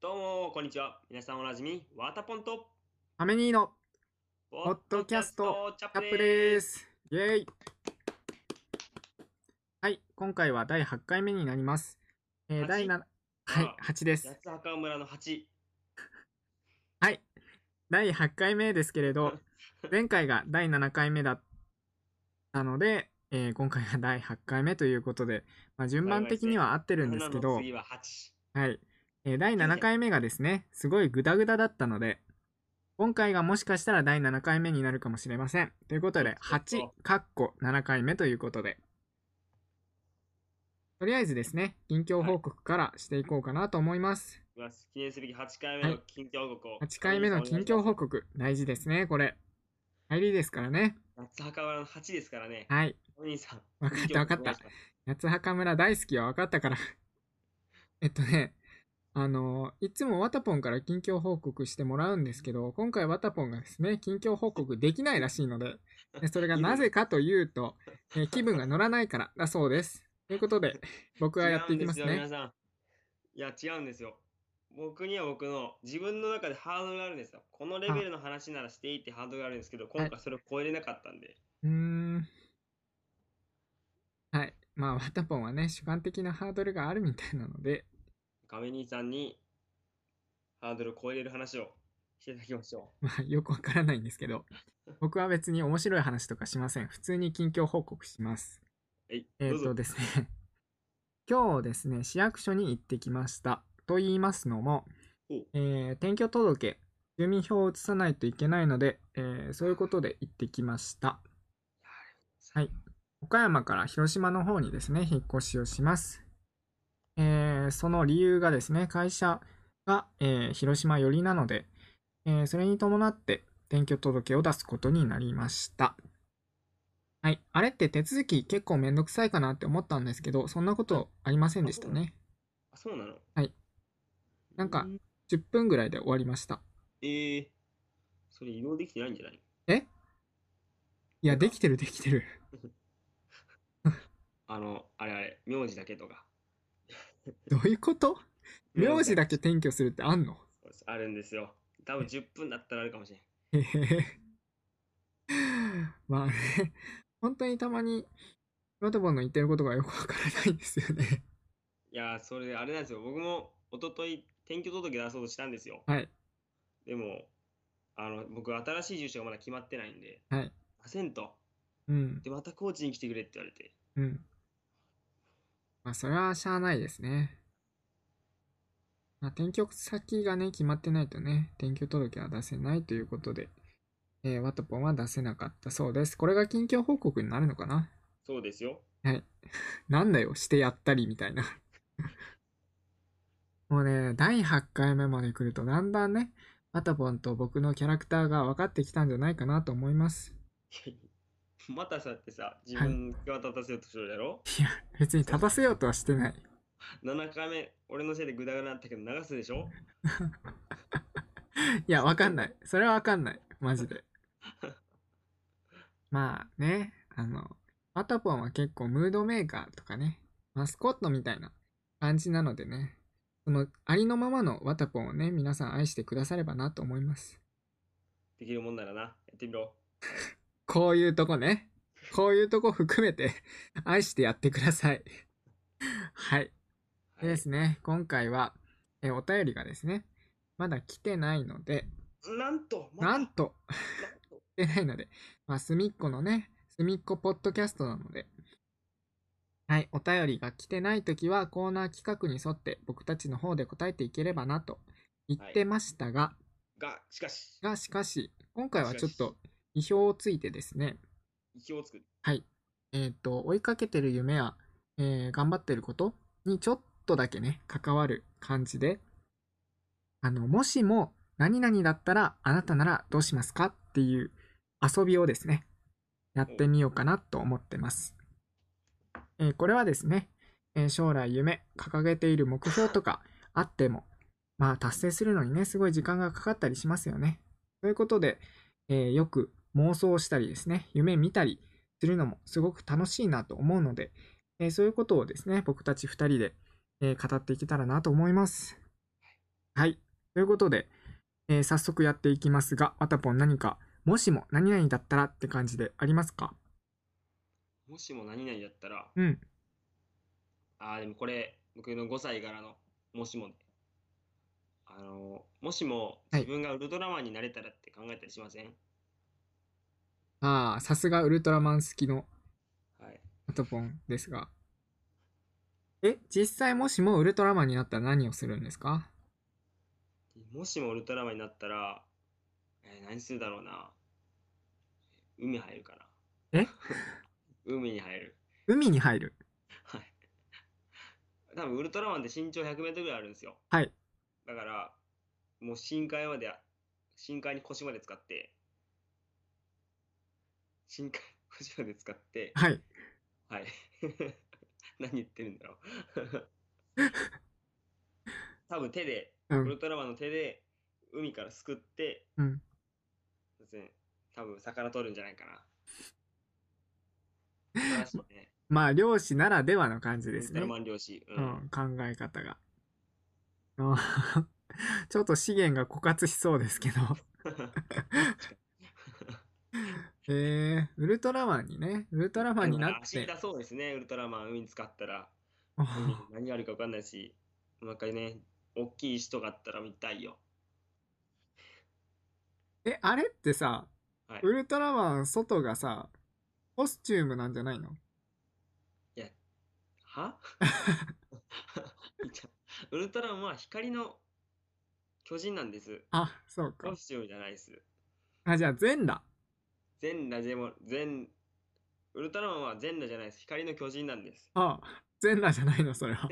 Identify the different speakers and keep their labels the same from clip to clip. Speaker 1: どうも、こんにちは。皆さんおなじみ、ワタポンと、
Speaker 2: アメニーの
Speaker 1: ポ
Speaker 2: ポッドキャスト
Speaker 1: チャッ
Speaker 2: キ
Speaker 1: プ
Speaker 2: ャップ
Speaker 1: で。
Speaker 2: ですす。イェーイ。はい、今回は第8回目になります。えー
Speaker 1: 八
Speaker 2: 第7、はい
Speaker 1: あ、
Speaker 2: 8です
Speaker 1: 八。つ墓村の8。
Speaker 2: はい、第8回目ですけれど、前回が第7回目だったので、えー今回が第8回目ということで、まあ、順番的には合ってるんですけ
Speaker 1: 7の
Speaker 2: ど、
Speaker 1: 次は8。
Speaker 2: はい。えー第7回目がですね、すごいグダグダだったので、今回がもしかしたら第7回目になるかもしれません。ということで、
Speaker 1: そうそう
Speaker 2: 8、かっこ7回目ということで。とりあえずですね、近況報告からしていこうかなと思います。
Speaker 1: います記念すべき8回目の
Speaker 2: はい
Speaker 1: 近況報告を。
Speaker 2: 8回目の近況報
Speaker 1: 告。
Speaker 2: 告、大事ですね、これ。入りですからね。
Speaker 1: 八つ墓村の8ですからね。
Speaker 2: はい。
Speaker 1: お兄さん。
Speaker 2: わかったわかっ
Speaker 1: 近況報
Speaker 2: た
Speaker 1: 告お願いします。
Speaker 2: 八墓村大好きは分かったから えっとねあのいつもワタポンから近況報告してもらうんですけど今回ワタポンがですね近況報告できないらしいのででそれ がなぜかというと、えー気分が乗らないからだそうですというこ とで僕はやっていきます
Speaker 1: 違うんですよ皆
Speaker 2: ね
Speaker 1: さん。いや、違うんですよ。僕には僕の自分の中でハードルがあるんですよ。このレベルの話ならしていいってハードルがあるんですけど、今回それを超えれなかったんで。
Speaker 2: うーんはいまあワタポンはね主観的なハードルがあるみたいなので
Speaker 1: 亀兄さんにハードルを超えれる話をしていただきましょ
Speaker 2: まあよくわからないんですけど僕は別に面白い話とかしません普通に近況報告します
Speaker 1: う。はい、
Speaker 2: え
Speaker 1: どう
Speaker 2: っ、と
Speaker 1: ぞ。
Speaker 2: ですね 今日ですね市役所に行ってきましたと言いますのも
Speaker 1: おう、
Speaker 2: えー転居届住民票を移さないといけないので、えーそういうことで行ってきましたはい岡山から広島の方にですね引っ越しをします、えーその理由がですね会社が、えー広島寄りなので、えーそれに伴って転居届を出すことになりましたはいあれって手続き結構めんどくさいかなって思ったんですけどそんなことありませんでしたね
Speaker 1: あ、そうなの
Speaker 2: はい。なんか
Speaker 1: う
Speaker 2: 10分ぐらいで終わりました
Speaker 1: えー、それ移動できてないんじゃない
Speaker 2: いやできてるできてる
Speaker 1: あの、あれあれ、名字だけとか。
Speaker 2: どういうこと名字だけ転居するってあんの
Speaker 1: そうですあるんですよ。多分10分だったらあるかもしれん。
Speaker 2: へへ まあね、本当にたまに、ワトボンの言ってることがよくわからないんですよね。
Speaker 1: いやー、それであれなんですよ。僕も一昨日転居届出そうとしたんですよ。
Speaker 2: はい。
Speaker 1: でも、あの、僕、新しい住所がまだ決まってないんで、
Speaker 2: はい。
Speaker 1: 出せんと。
Speaker 2: うん。
Speaker 1: で、また高知に来てくれって言われて。
Speaker 2: うん。まあ、それはしゃあないですね。まあ、転居先がね、決まってないとね、転居届は出せないということで、えーワトポンは出せなかったそうです。これが近況報告になるのかな
Speaker 1: そうですよ。
Speaker 2: はい。なんだよ、してやったりみたいな。 もうね、第8回目まで来ると、だんだんね、ワタポンと僕のキャラクターが分かってきたんじゃないかなと思います。
Speaker 1: またさってさ、自分が立たせようとするだろ、
Speaker 2: いや、別に立たせようとはしてない。
Speaker 1: ?7 回目、俺のせいでグダグダになったけど流すでしょ
Speaker 2: いや、分かんない。それは分かんない。マジで。 まあね、あの、ワタポンは結構ムードメーカーとかね、マスコットみたいな感じなのでね、そのありのままのワタポンをね、皆さん愛してくださればなと思います。
Speaker 1: できるもんならな、やってみろ。
Speaker 2: こういうとこね。こういうとこ含めて 愛してやってください。はい。
Speaker 1: はい
Speaker 2: でですね、今回は、え、お便りがですね、まだ来てないので、
Speaker 1: なんと、また
Speaker 2: なんと、
Speaker 1: なんと
Speaker 2: 来てないので、 まあ、隅っこのね、隅っこポッドキャストなので、はい、お便りが来てないときは、コーナー企画に沿って僕たちの方で答えていければなと言ってましたが、
Speaker 1: が、しかし、
Speaker 2: が、しかし、今回はちょっと意表をついてですね、
Speaker 1: 意表をつく。
Speaker 2: はい。えっ、と、追いかけてる夢や、えー頑張ってることにちょっとだけね、関わる感じで、あの、もしも何々だったら、あなたならどうしますかっていう遊びをですね、やってみようかなと思ってます。えーこれはですね、えー将来夢、掲げている目標とかあっても、まあ達成するのにね、すごい時間がかかったりしますよね。ということで、えーよく妄想したりですね、夢見たり、するのもすごく楽しいなと思うので、えーそういうことをですね、僕たち2人で、えー語っていけたらなと思います。はい。ということで、えー早速やっていきますが、わたぽん何か、もしも何々だったらって感じでありますか
Speaker 1: もしも何々だったら、
Speaker 2: うん。
Speaker 1: ああ、でもこれ、僕の5歳からの、もしもで。あの、もしも
Speaker 2: はい
Speaker 1: 自分がウルトラマンになれたらって考えたりしません
Speaker 2: ああ、さすがウルトラマン好きの
Speaker 1: はい。
Speaker 2: わたぽんですが。え、実際もしもウルトラマンになったら何をするんですか
Speaker 1: もしもウルトラマンになったら、えー何するだろうな。海入るかな。
Speaker 2: え
Speaker 1: 海に入る。
Speaker 2: 海に入る。
Speaker 1: はい。多分ウルトラマンって身長100メートルぐらいあるんですよ。
Speaker 2: はい。
Speaker 1: だから、もう深海まで、深海に腰まで使って、深海に腰まで使って、
Speaker 2: はい。
Speaker 1: はい。 何言ってるんだろう。 多分手で、
Speaker 2: う
Speaker 1: ウ
Speaker 2: ん。
Speaker 1: ルトラマンの手で海からすくって、
Speaker 2: うん。
Speaker 1: 別に多分魚取るんじゃないか な。素晴らしいね。
Speaker 2: まあ、漁師ならではの感じ
Speaker 1: ウ
Speaker 2: で
Speaker 1: ル
Speaker 2: す
Speaker 1: ト
Speaker 2: ね
Speaker 1: ラ。マン漁師。う。
Speaker 2: うんん、考え方が。 あーちょっと資源が枯渇しそうです けど。えー、ウルトラマンにね、ウルトラマンになっ
Speaker 1: 足
Speaker 2: て。
Speaker 1: 痛そうですね、ウルトラマン海に使ったら。
Speaker 2: お
Speaker 1: 海
Speaker 2: ー
Speaker 1: 何があるか分かんないし、なんかね、大きい石とかあったら見たいよ。
Speaker 2: え、あれってさ、
Speaker 1: はい。
Speaker 2: ウルトラマン外がさ、コスチュームなんじゃないの
Speaker 1: は ウルトラマンは光の巨人なんです。
Speaker 2: あ、そうか
Speaker 1: コ。スチュームじゃないです。
Speaker 2: あ、じゃあ全裸。
Speaker 1: 全裸でも、全、ウルトラマンは全裸じゃないです。光の巨人なんです。
Speaker 2: ああ、全裸じゃないの、それは。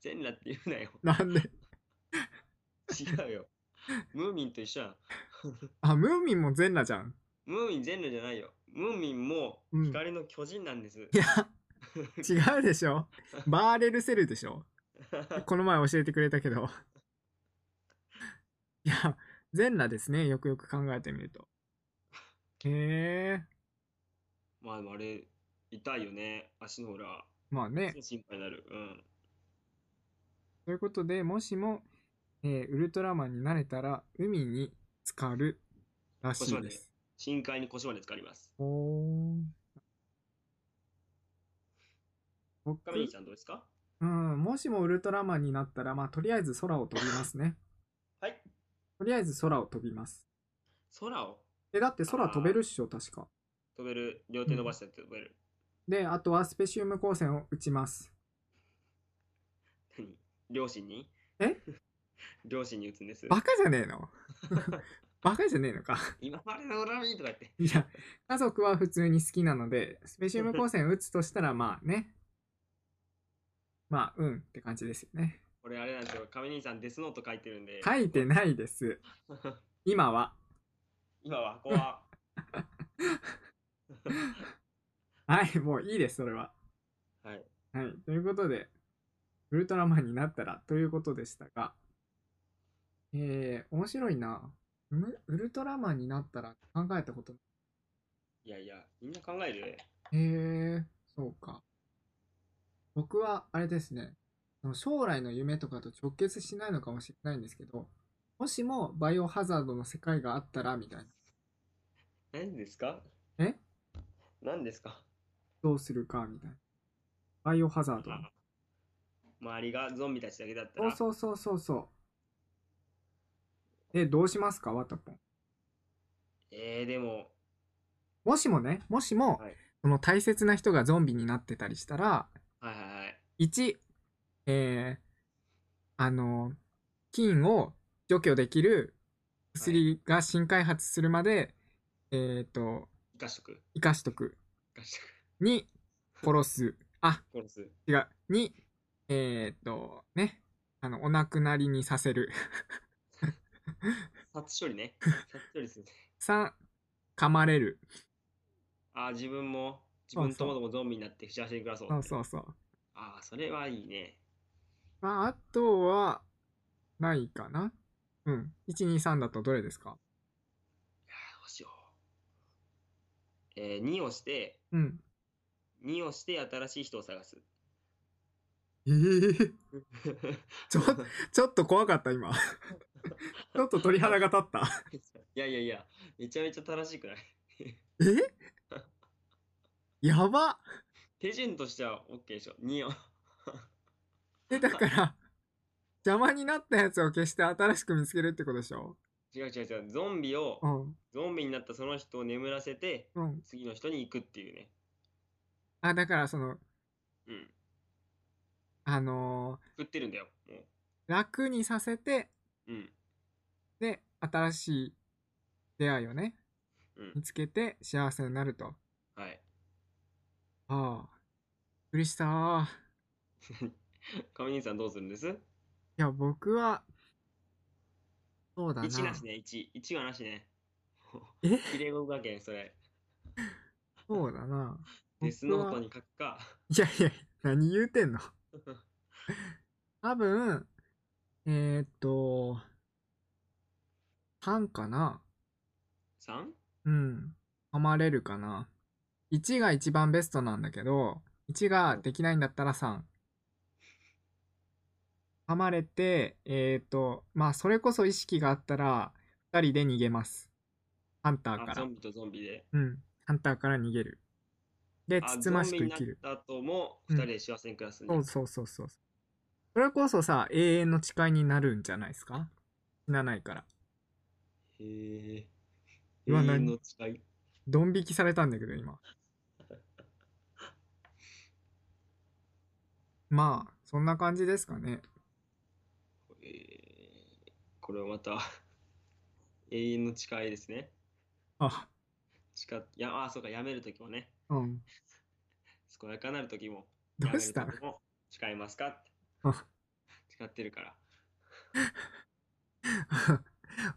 Speaker 1: 全裸って言うなよ。
Speaker 2: なんで。
Speaker 1: 違うよ。ムーミンと一緒やん。
Speaker 2: あ、ムーミンも全裸じゃん。
Speaker 1: ムーミン全裸じゃないよ。ムーミンも
Speaker 2: うん
Speaker 1: 光の巨人なんです。
Speaker 2: いや、違うでしょ。バーレルセルでしょ。この前教えてくれたけど。いや、全裸ですね。よくよく考えてみると。へえ、
Speaker 1: まあでもあれ、痛いよね。足の裏。
Speaker 2: まあね。
Speaker 1: 心配になる。うん。
Speaker 2: ということで、もしも、えーウルトラマンになれたら、海に浸かるらしいです。
Speaker 1: 深海に腰まで浸かります。
Speaker 2: おー僕
Speaker 1: カメリーちゃんどうですか
Speaker 2: うん、もしもウルトラマンになったら、まあ、とりあえず空を飛びますね。
Speaker 1: はい。
Speaker 2: とりあえず空を飛びます。
Speaker 1: 空を
Speaker 2: え、だって空飛べるっしょ、確か。
Speaker 1: 飛べる。両手伸ばして飛べる。
Speaker 2: で、あとはスペシウム光線を打ちます。
Speaker 1: 何両親に
Speaker 2: え
Speaker 1: 両親に打つんです。
Speaker 2: バカじゃね えの バカじゃねえのか。
Speaker 1: 今までの恨みとか言って。
Speaker 2: いや、家族は普通に好きなので、スペシウム光線打つとしたら、まあね。まあ、うんって感じですよね。
Speaker 1: これあれなんですよ。亀兄さんデスノート書いてるんで。
Speaker 2: 書いてない です。今は。
Speaker 1: 今はここは。
Speaker 2: はい、もういいです、それは。
Speaker 1: はい。
Speaker 2: はい、ということで、ウルトラマンになったらということでしたが、えー、面白いな。むウルトラマンになったら考えたこと
Speaker 1: いやいや、みんな考えるね。
Speaker 2: へえ、そうか。僕は、あれですね、その将来の夢とかと直結しないのかもしれないんですけど、もしもバイオハザードの世界があったら、みたいな。
Speaker 1: 何ですか
Speaker 2: え
Speaker 1: 何ですか
Speaker 2: どうするか、みたいな。バイオハザード。
Speaker 1: あ周りがゾンビたちだけだった
Speaker 2: そう
Speaker 1: ら。
Speaker 2: そうそうそうそう。え、どうしますか、ワタポン。
Speaker 1: えー、でも、
Speaker 2: もしもね、もしも、
Speaker 1: はい
Speaker 2: その大切な人がゾンビになってたりしたら、
Speaker 1: はいはいはい。
Speaker 2: 1、えー、あの、菌を除去できる薬が新開発するまで、えっ、と、
Speaker 1: 生かしとく。
Speaker 2: 生かしとく。
Speaker 1: 生かしとく。
Speaker 2: 2、殺す。あ、
Speaker 1: 殺す。
Speaker 2: 違う。2、えっ、と、ね、あの、お亡くなりにさせる。
Speaker 1: 殺処理ね。殺処理する。
Speaker 2: 3、噛まれる。
Speaker 1: ああ、自分も、自
Speaker 2: そう
Speaker 1: 分ともどもゾンビになって幸せに暮らそう。
Speaker 2: そうそうそう。
Speaker 1: ああ、それはいいね。
Speaker 2: まあ、あとは、ないかな。うん。1、2、3だとどれですか
Speaker 1: いやーどうしよう。えー、2をして、
Speaker 2: うん。
Speaker 1: 2をして新しい人を探す。
Speaker 2: えええ ちょ、ちょっと怖かった、今。 ちょっと鳥肌が立った。
Speaker 1: いやいやいや、めちゃめちゃ正しいくない。
Speaker 2: えやば
Speaker 1: 手順としては OK でしょ。2を。
Speaker 2: え、だから、邪魔になったやつを消して新しく見つけるってことでしょ
Speaker 1: 違う違う違う。ゾンビを
Speaker 2: う、ん。
Speaker 1: ゾンビになったその人を眠らせて、
Speaker 2: うん。
Speaker 1: 次の人に行くっていうね。
Speaker 2: あ、だからその、
Speaker 1: うん。
Speaker 2: あの
Speaker 1: 食ってるんだよ。も
Speaker 2: ー楽にさせて、
Speaker 1: う。うん。
Speaker 2: で、新しい出会いをね、
Speaker 1: うん
Speaker 2: 見。つけて幸せになると。
Speaker 1: はい。
Speaker 2: ああ。びっくりしたー。
Speaker 1: 亀兄さんどうするんです
Speaker 2: いや、僕は、そうだな。
Speaker 1: ?1 なしね、1。1はなしね。
Speaker 2: え
Speaker 1: きれいご加減、それ。
Speaker 2: そうだな。
Speaker 1: デスノー
Speaker 2: 僕
Speaker 1: ト
Speaker 2: は
Speaker 1: に書くか。
Speaker 2: いやいや、何言うて んの多分、えー、っと、3かな
Speaker 1: 3?
Speaker 2: うん。ハマれるかな。1が一番ベストなんだけど、1ができないんだったら3。ハマれて、えー、っと、まあ、それこそ意識があったら、2人で逃げます。ハンターか
Speaker 1: あ、ゾ
Speaker 2: ら
Speaker 1: ン。ビとゾンビで。
Speaker 2: うん。ハンターから逃げる。で、
Speaker 1: あ、
Speaker 2: つ
Speaker 1: ゾ
Speaker 2: つ
Speaker 1: ン
Speaker 2: まし
Speaker 1: ビ
Speaker 2: く
Speaker 1: に
Speaker 2: 生
Speaker 1: なっ
Speaker 2: きる。
Speaker 1: た後も、
Speaker 2: うん
Speaker 1: 2人で幸せに暮らすんだ
Speaker 2: そ
Speaker 1: よ
Speaker 2: うそうそうそう。それこそさ、永遠の誓いになるんじゃないですか死なないから。
Speaker 1: へえ。
Speaker 2: うわ
Speaker 1: 永遠
Speaker 2: 何
Speaker 1: の誓い。
Speaker 2: ドン引きされたんだけど、 今。まあ、そんな感じですかね。
Speaker 1: えーこれはまた 永遠の誓いですね。
Speaker 2: あ、
Speaker 1: 誓っいやあそうかやめる時もね
Speaker 2: うん。
Speaker 1: 健やかなる時も
Speaker 2: どうした
Speaker 1: やめる時も誓いますかって
Speaker 2: あ
Speaker 1: 誓ってるから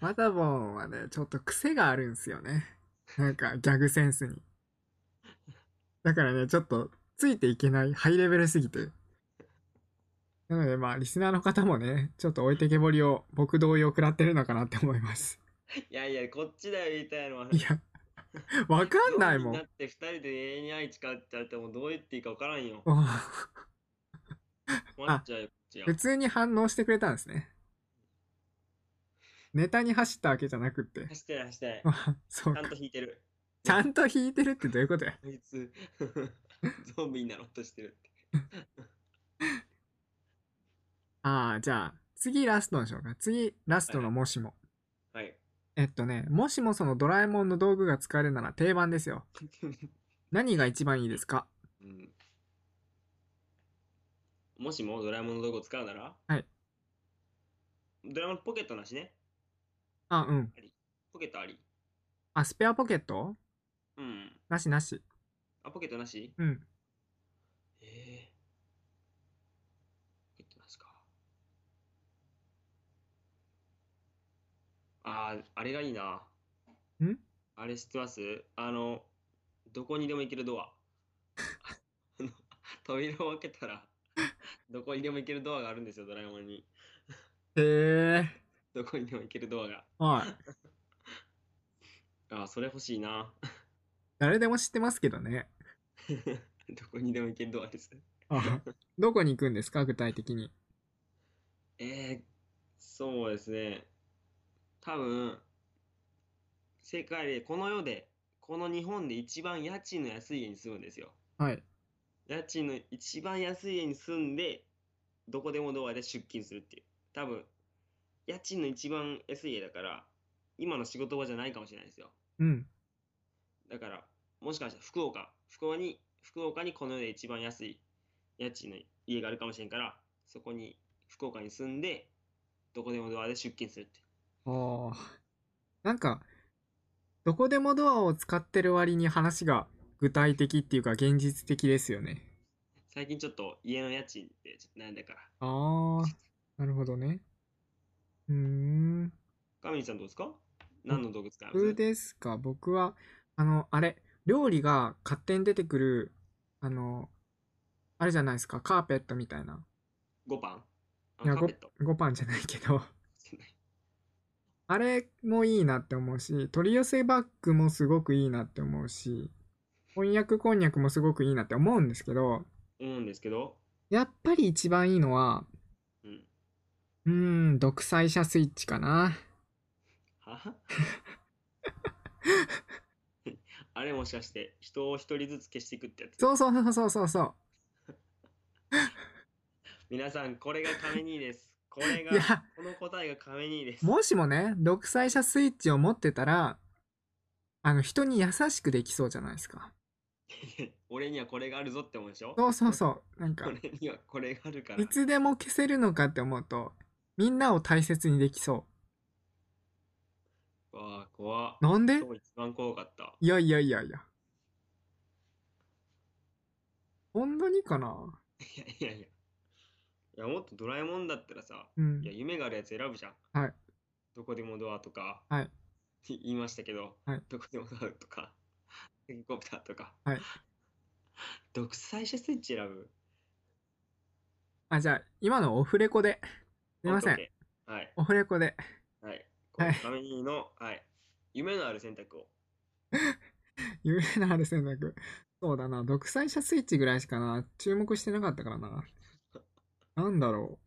Speaker 2: ワタボンはね、ちょっと癖があるんすよね。なんか、ギャグセンスに。だからね、ちょっと、ついていけない、ハイレベルすぎて。なので、まあ、リスナーの方もね、ちょっと置いてけぼりを、僕同様食らってるのかなって思います。
Speaker 1: いやいやこっちだよ言いたいのはい
Speaker 2: や、わかんないも
Speaker 1: だ
Speaker 2: ん
Speaker 1: っ。て2人で永遠に愛誓ってやってもどう言っていいか分からんよ
Speaker 2: お
Speaker 1: 困っちゃうよこっちは
Speaker 2: 普通に反応してくれたんですね。ネタに走ったわけじゃなくって。
Speaker 1: 走ってない走ってない
Speaker 2: あ そう
Speaker 1: ちゃん
Speaker 2: か
Speaker 1: と。引いてる
Speaker 2: ちゃんと弾いてるってどういうことや
Speaker 1: こいつ ゾンビになろうとしてるって
Speaker 2: ああ、じゃあ、次ラストのしょうか。次、ラストのもしも。
Speaker 1: はい
Speaker 2: えっとね、もしもそのドラえもんの道具が使えるなら定番ですよ。何が一番いいですか
Speaker 1: うんもしもドラえもんの道具を使うなら
Speaker 2: はい
Speaker 1: ドラえもんポケットなしね
Speaker 2: あ、うん。
Speaker 1: ポケットあり
Speaker 2: あ、スペアポケット
Speaker 1: うん
Speaker 2: なしなし。
Speaker 1: あポケットなし
Speaker 2: うん。
Speaker 1: ええポケットなしかあーあれがいいなんあれ知ってますあのどこにでも行けるドアあの扉を開けたらどこにでも行けるドアがあるんですよドラえもんに
Speaker 2: へえ。
Speaker 1: どこにでも行けるドアが
Speaker 2: はい。
Speaker 1: あーそれ欲しいな
Speaker 2: 誰でも知ってますけどね。
Speaker 1: どこにでも行けるドアです
Speaker 2: あどこに行くんですか具体的に。
Speaker 1: えー、そうですね。多分、世界で、この世で、この日本で一番家賃の安い家に住むんですよ。
Speaker 2: はい。
Speaker 1: 家賃の一番安い家に住んで、どこでもドアで出勤するっていう。多分、家賃の一番安い家だから、今の仕事場じゃないかもしれないですよ。
Speaker 2: うん。
Speaker 1: だから、もしかしたら福岡、福岡に、福岡にこの世で一番安い家賃の家があるかもしれんから、そこに、福岡に住んで、どこでもドアで出勤するって。
Speaker 2: ああ。なんか、どこでもドアを使ってる割に話が具体的っていうか現実的ですよね。
Speaker 1: 最近ちょっと家の家賃ってちょっと悩んだから。
Speaker 2: ああ、なるほどね。うーん。
Speaker 1: カミリさんどうですか何の道具使います
Speaker 2: 僕ですか僕は、あの、あれ、料理が勝手に出てくる、あの、あれじゃないですか、カーペットみたいな。
Speaker 1: ?5 番あ
Speaker 2: いや、
Speaker 1: カー
Speaker 2: ご
Speaker 1: ペット。
Speaker 2: ごパンじゃないけど。 あれもいいなって思うし、取り寄せバッグもすごくいいなって思うし、翻訳こんにゃくもすごくいいなって思うんですけど、
Speaker 1: 思うんですけど、
Speaker 2: やっぱり一番いいのは、
Speaker 1: うん。
Speaker 2: うーん、独裁者スイッチかな。
Speaker 1: はあれもしかして、人を一人ずつ消していくってやつ。
Speaker 2: そうそうそうそうそうそう。
Speaker 1: 皆さん、これが亀兄です。これが
Speaker 2: い、や、
Speaker 1: この答えが亀兄です。
Speaker 2: もしもね、独裁者スイッチを持ってたら、あの、人に優しくできそうじゃないですか。
Speaker 1: 俺にはこれがあるぞって思うでしょ
Speaker 2: そうそうそう。なんか、
Speaker 1: 俺にはこれがあるから
Speaker 2: い。つでも消せるのかって思うと、みんなを大切にできそ
Speaker 1: わあ、怖っ
Speaker 2: う。。なんで
Speaker 1: 今日一番怖かった。
Speaker 2: いやいやいやいや。本当にかない
Speaker 1: やいやいや。いや、もっとドラえもんだったらさ、
Speaker 2: うん
Speaker 1: いや、。夢があるやつ選ぶじゃん。
Speaker 2: はい
Speaker 1: どこでもドアとか、
Speaker 2: はい
Speaker 1: 言いましたけど、
Speaker 2: はい
Speaker 1: どこでもドアとか、ヘリコプターとか。
Speaker 2: はい
Speaker 1: 独裁者スイッチ選ぶ。
Speaker 2: あ、じゃあ、今のオフレコで。すいません。。
Speaker 1: はい。
Speaker 2: オフレコで。
Speaker 1: はい。
Speaker 2: はい
Speaker 1: このためにの、はい。夢のある選択を。
Speaker 2: 夢のある選択。そうだな。独裁者スイッチぐらいしかな。注目してなかったからな。なんだろ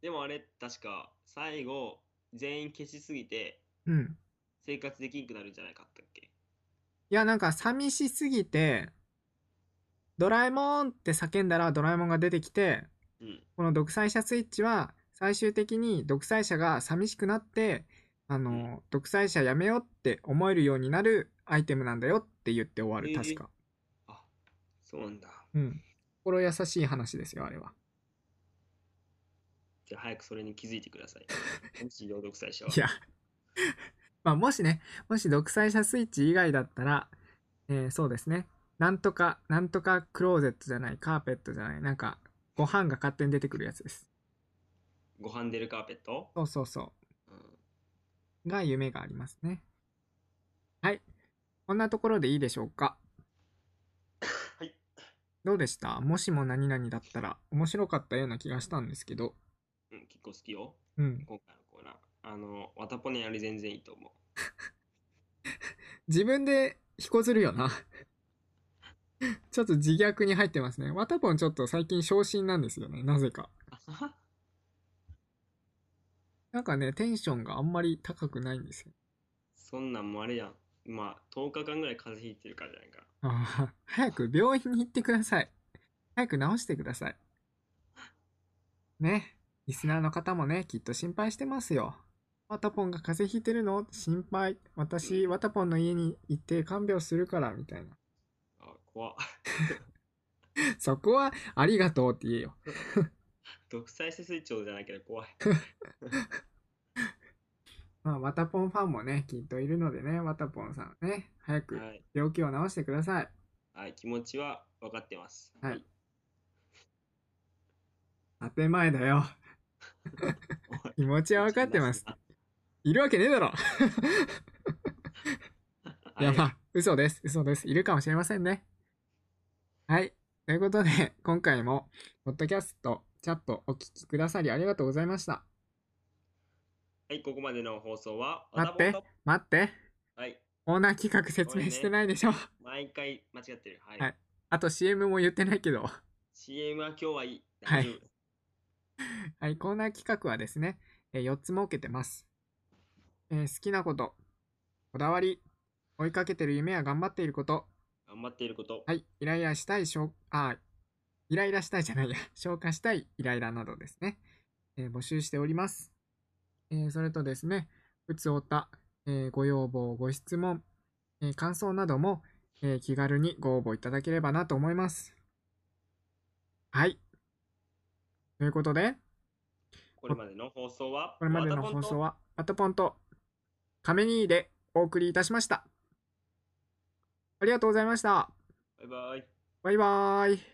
Speaker 1: でもあれ、確か、最後、全員消しすぎて、
Speaker 2: う。うん。
Speaker 1: 生活できなくなるんじゃないかったっけ
Speaker 2: いや、なんか寂しすぎて、ドラえもんって叫んだらドラえもんが出てきて、
Speaker 1: うん。
Speaker 2: この独裁者スイッチは最終的に独裁者が寂しくなって、あの、
Speaker 1: うん
Speaker 2: 独裁者やめようって思えるようになるアイテムなんだよって言って終わる、
Speaker 1: えー
Speaker 2: 確か。
Speaker 1: あ、そうなんだ。
Speaker 2: うん。心優しい話ですよ、あ れは。
Speaker 1: じゃあ早くそれに気づいてくださ い。もし朗読者
Speaker 2: いや。 まあ、もしね、もし独裁者スイッチ以外だったら、えーそうですね。なんとか、なんとかクローゼットじゃない、カーペットじゃない、なんか、ご飯が勝手に出てくるやつです。
Speaker 1: ご飯出るカーペット、
Speaker 2: そうそうそ
Speaker 1: うん
Speaker 2: う。が夢がありますね。はい。こんなところでいいでしょうか。
Speaker 1: はい。
Speaker 2: どうでしたもしも何々だったら面白かったような気がしたんですけど。
Speaker 1: うん、結構好きよ。
Speaker 2: うん。
Speaker 1: 今回のコーナー。あの、わたぽねより全然いいと思う。
Speaker 2: 自分で引こずるよな。 ちょっと自虐に入ってますね。ワタポンちょっと最近昇進なんですよね。なぜか。
Speaker 1: あはは
Speaker 2: なんかね、テンションがあんまり高くないんですよ。
Speaker 1: そんなんもうあれやん。まあ、10日間ぐらい風邪ひいてるからじゃないか。
Speaker 2: ああ、 早く病院に行ってください。早く治してください。ね、リスナーの方もね、きっと心配してますよ。ワタポンが風邪ひいてるの心配。私、ワタポンの家に行って看病するから、みたいな。
Speaker 1: あ、怖っ
Speaker 2: そこは、ありがとうって言えよ。
Speaker 1: 独裁者スイッチじゃなければ怖い。
Speaker 2: まあ、ワタポンファンもね、きっといるのでね、ワタポンさんね、早く
Speaker 1: はい。
Speaker 2: 病気を治してください。
Speaker 1: はい、気持ちは分かってます。
Speaker 2: はい。当て前だよ。
Speaker 1: おい
Speaker 2: 気持ちは分かっ てます。。いるわけねえだろ。い
Speaker 1: や
Speaker 2: やま
Speaker 1: ば。
Speaker 2: あ、嘘です。嘘です。いるかもしれませんね。はい。ということで、今回も、ポッドキャスト、チャップをお聞きくださりありがとうございました。
Speaker 1: はい、ここまでの放送は、
Speaker 2: 待って
Speaker 1: わたぽんと
Speaker 2: 待って、
Speaker 1: はい、
Speaker 2: オーナー企画説明してないでしょ。
Speaker 1: 毎回間違ってる。はい。
Speaker 2: はいあと CM も言ってないけど。
Speaker 1: CM は今日はいい。
Speaker 2: は
Speaker 1: 大
Speaker 2: い
Speaker 1: 丈夫
Speaker 2: はい、コーナー企画はですね、え4つ設けてます、えー好きなこと、こだわり、追いかけてる夢や頑張っていること、
Speaker 1: 頑張っていること。
Speaker 2: はい、イライラしたい、しょあ、イライラしたいじゃないや、 消化したいイライラなどですね、えー募集しております。えーそれとですね、うつおた、えーご要望、ご質問、えー感想なども、えー気軽にご応募いただければなと思います。はい。ということで、
Speaker 1: これまでの放送は、
Speaker 2: これまでの放送
Speaker 1: は、
Speaker 2: は、パタポンと亀兄でお送りいたしました。ありがとうございました。
Speaker 1: バイバイ。
Speaker 2: バイバーイ。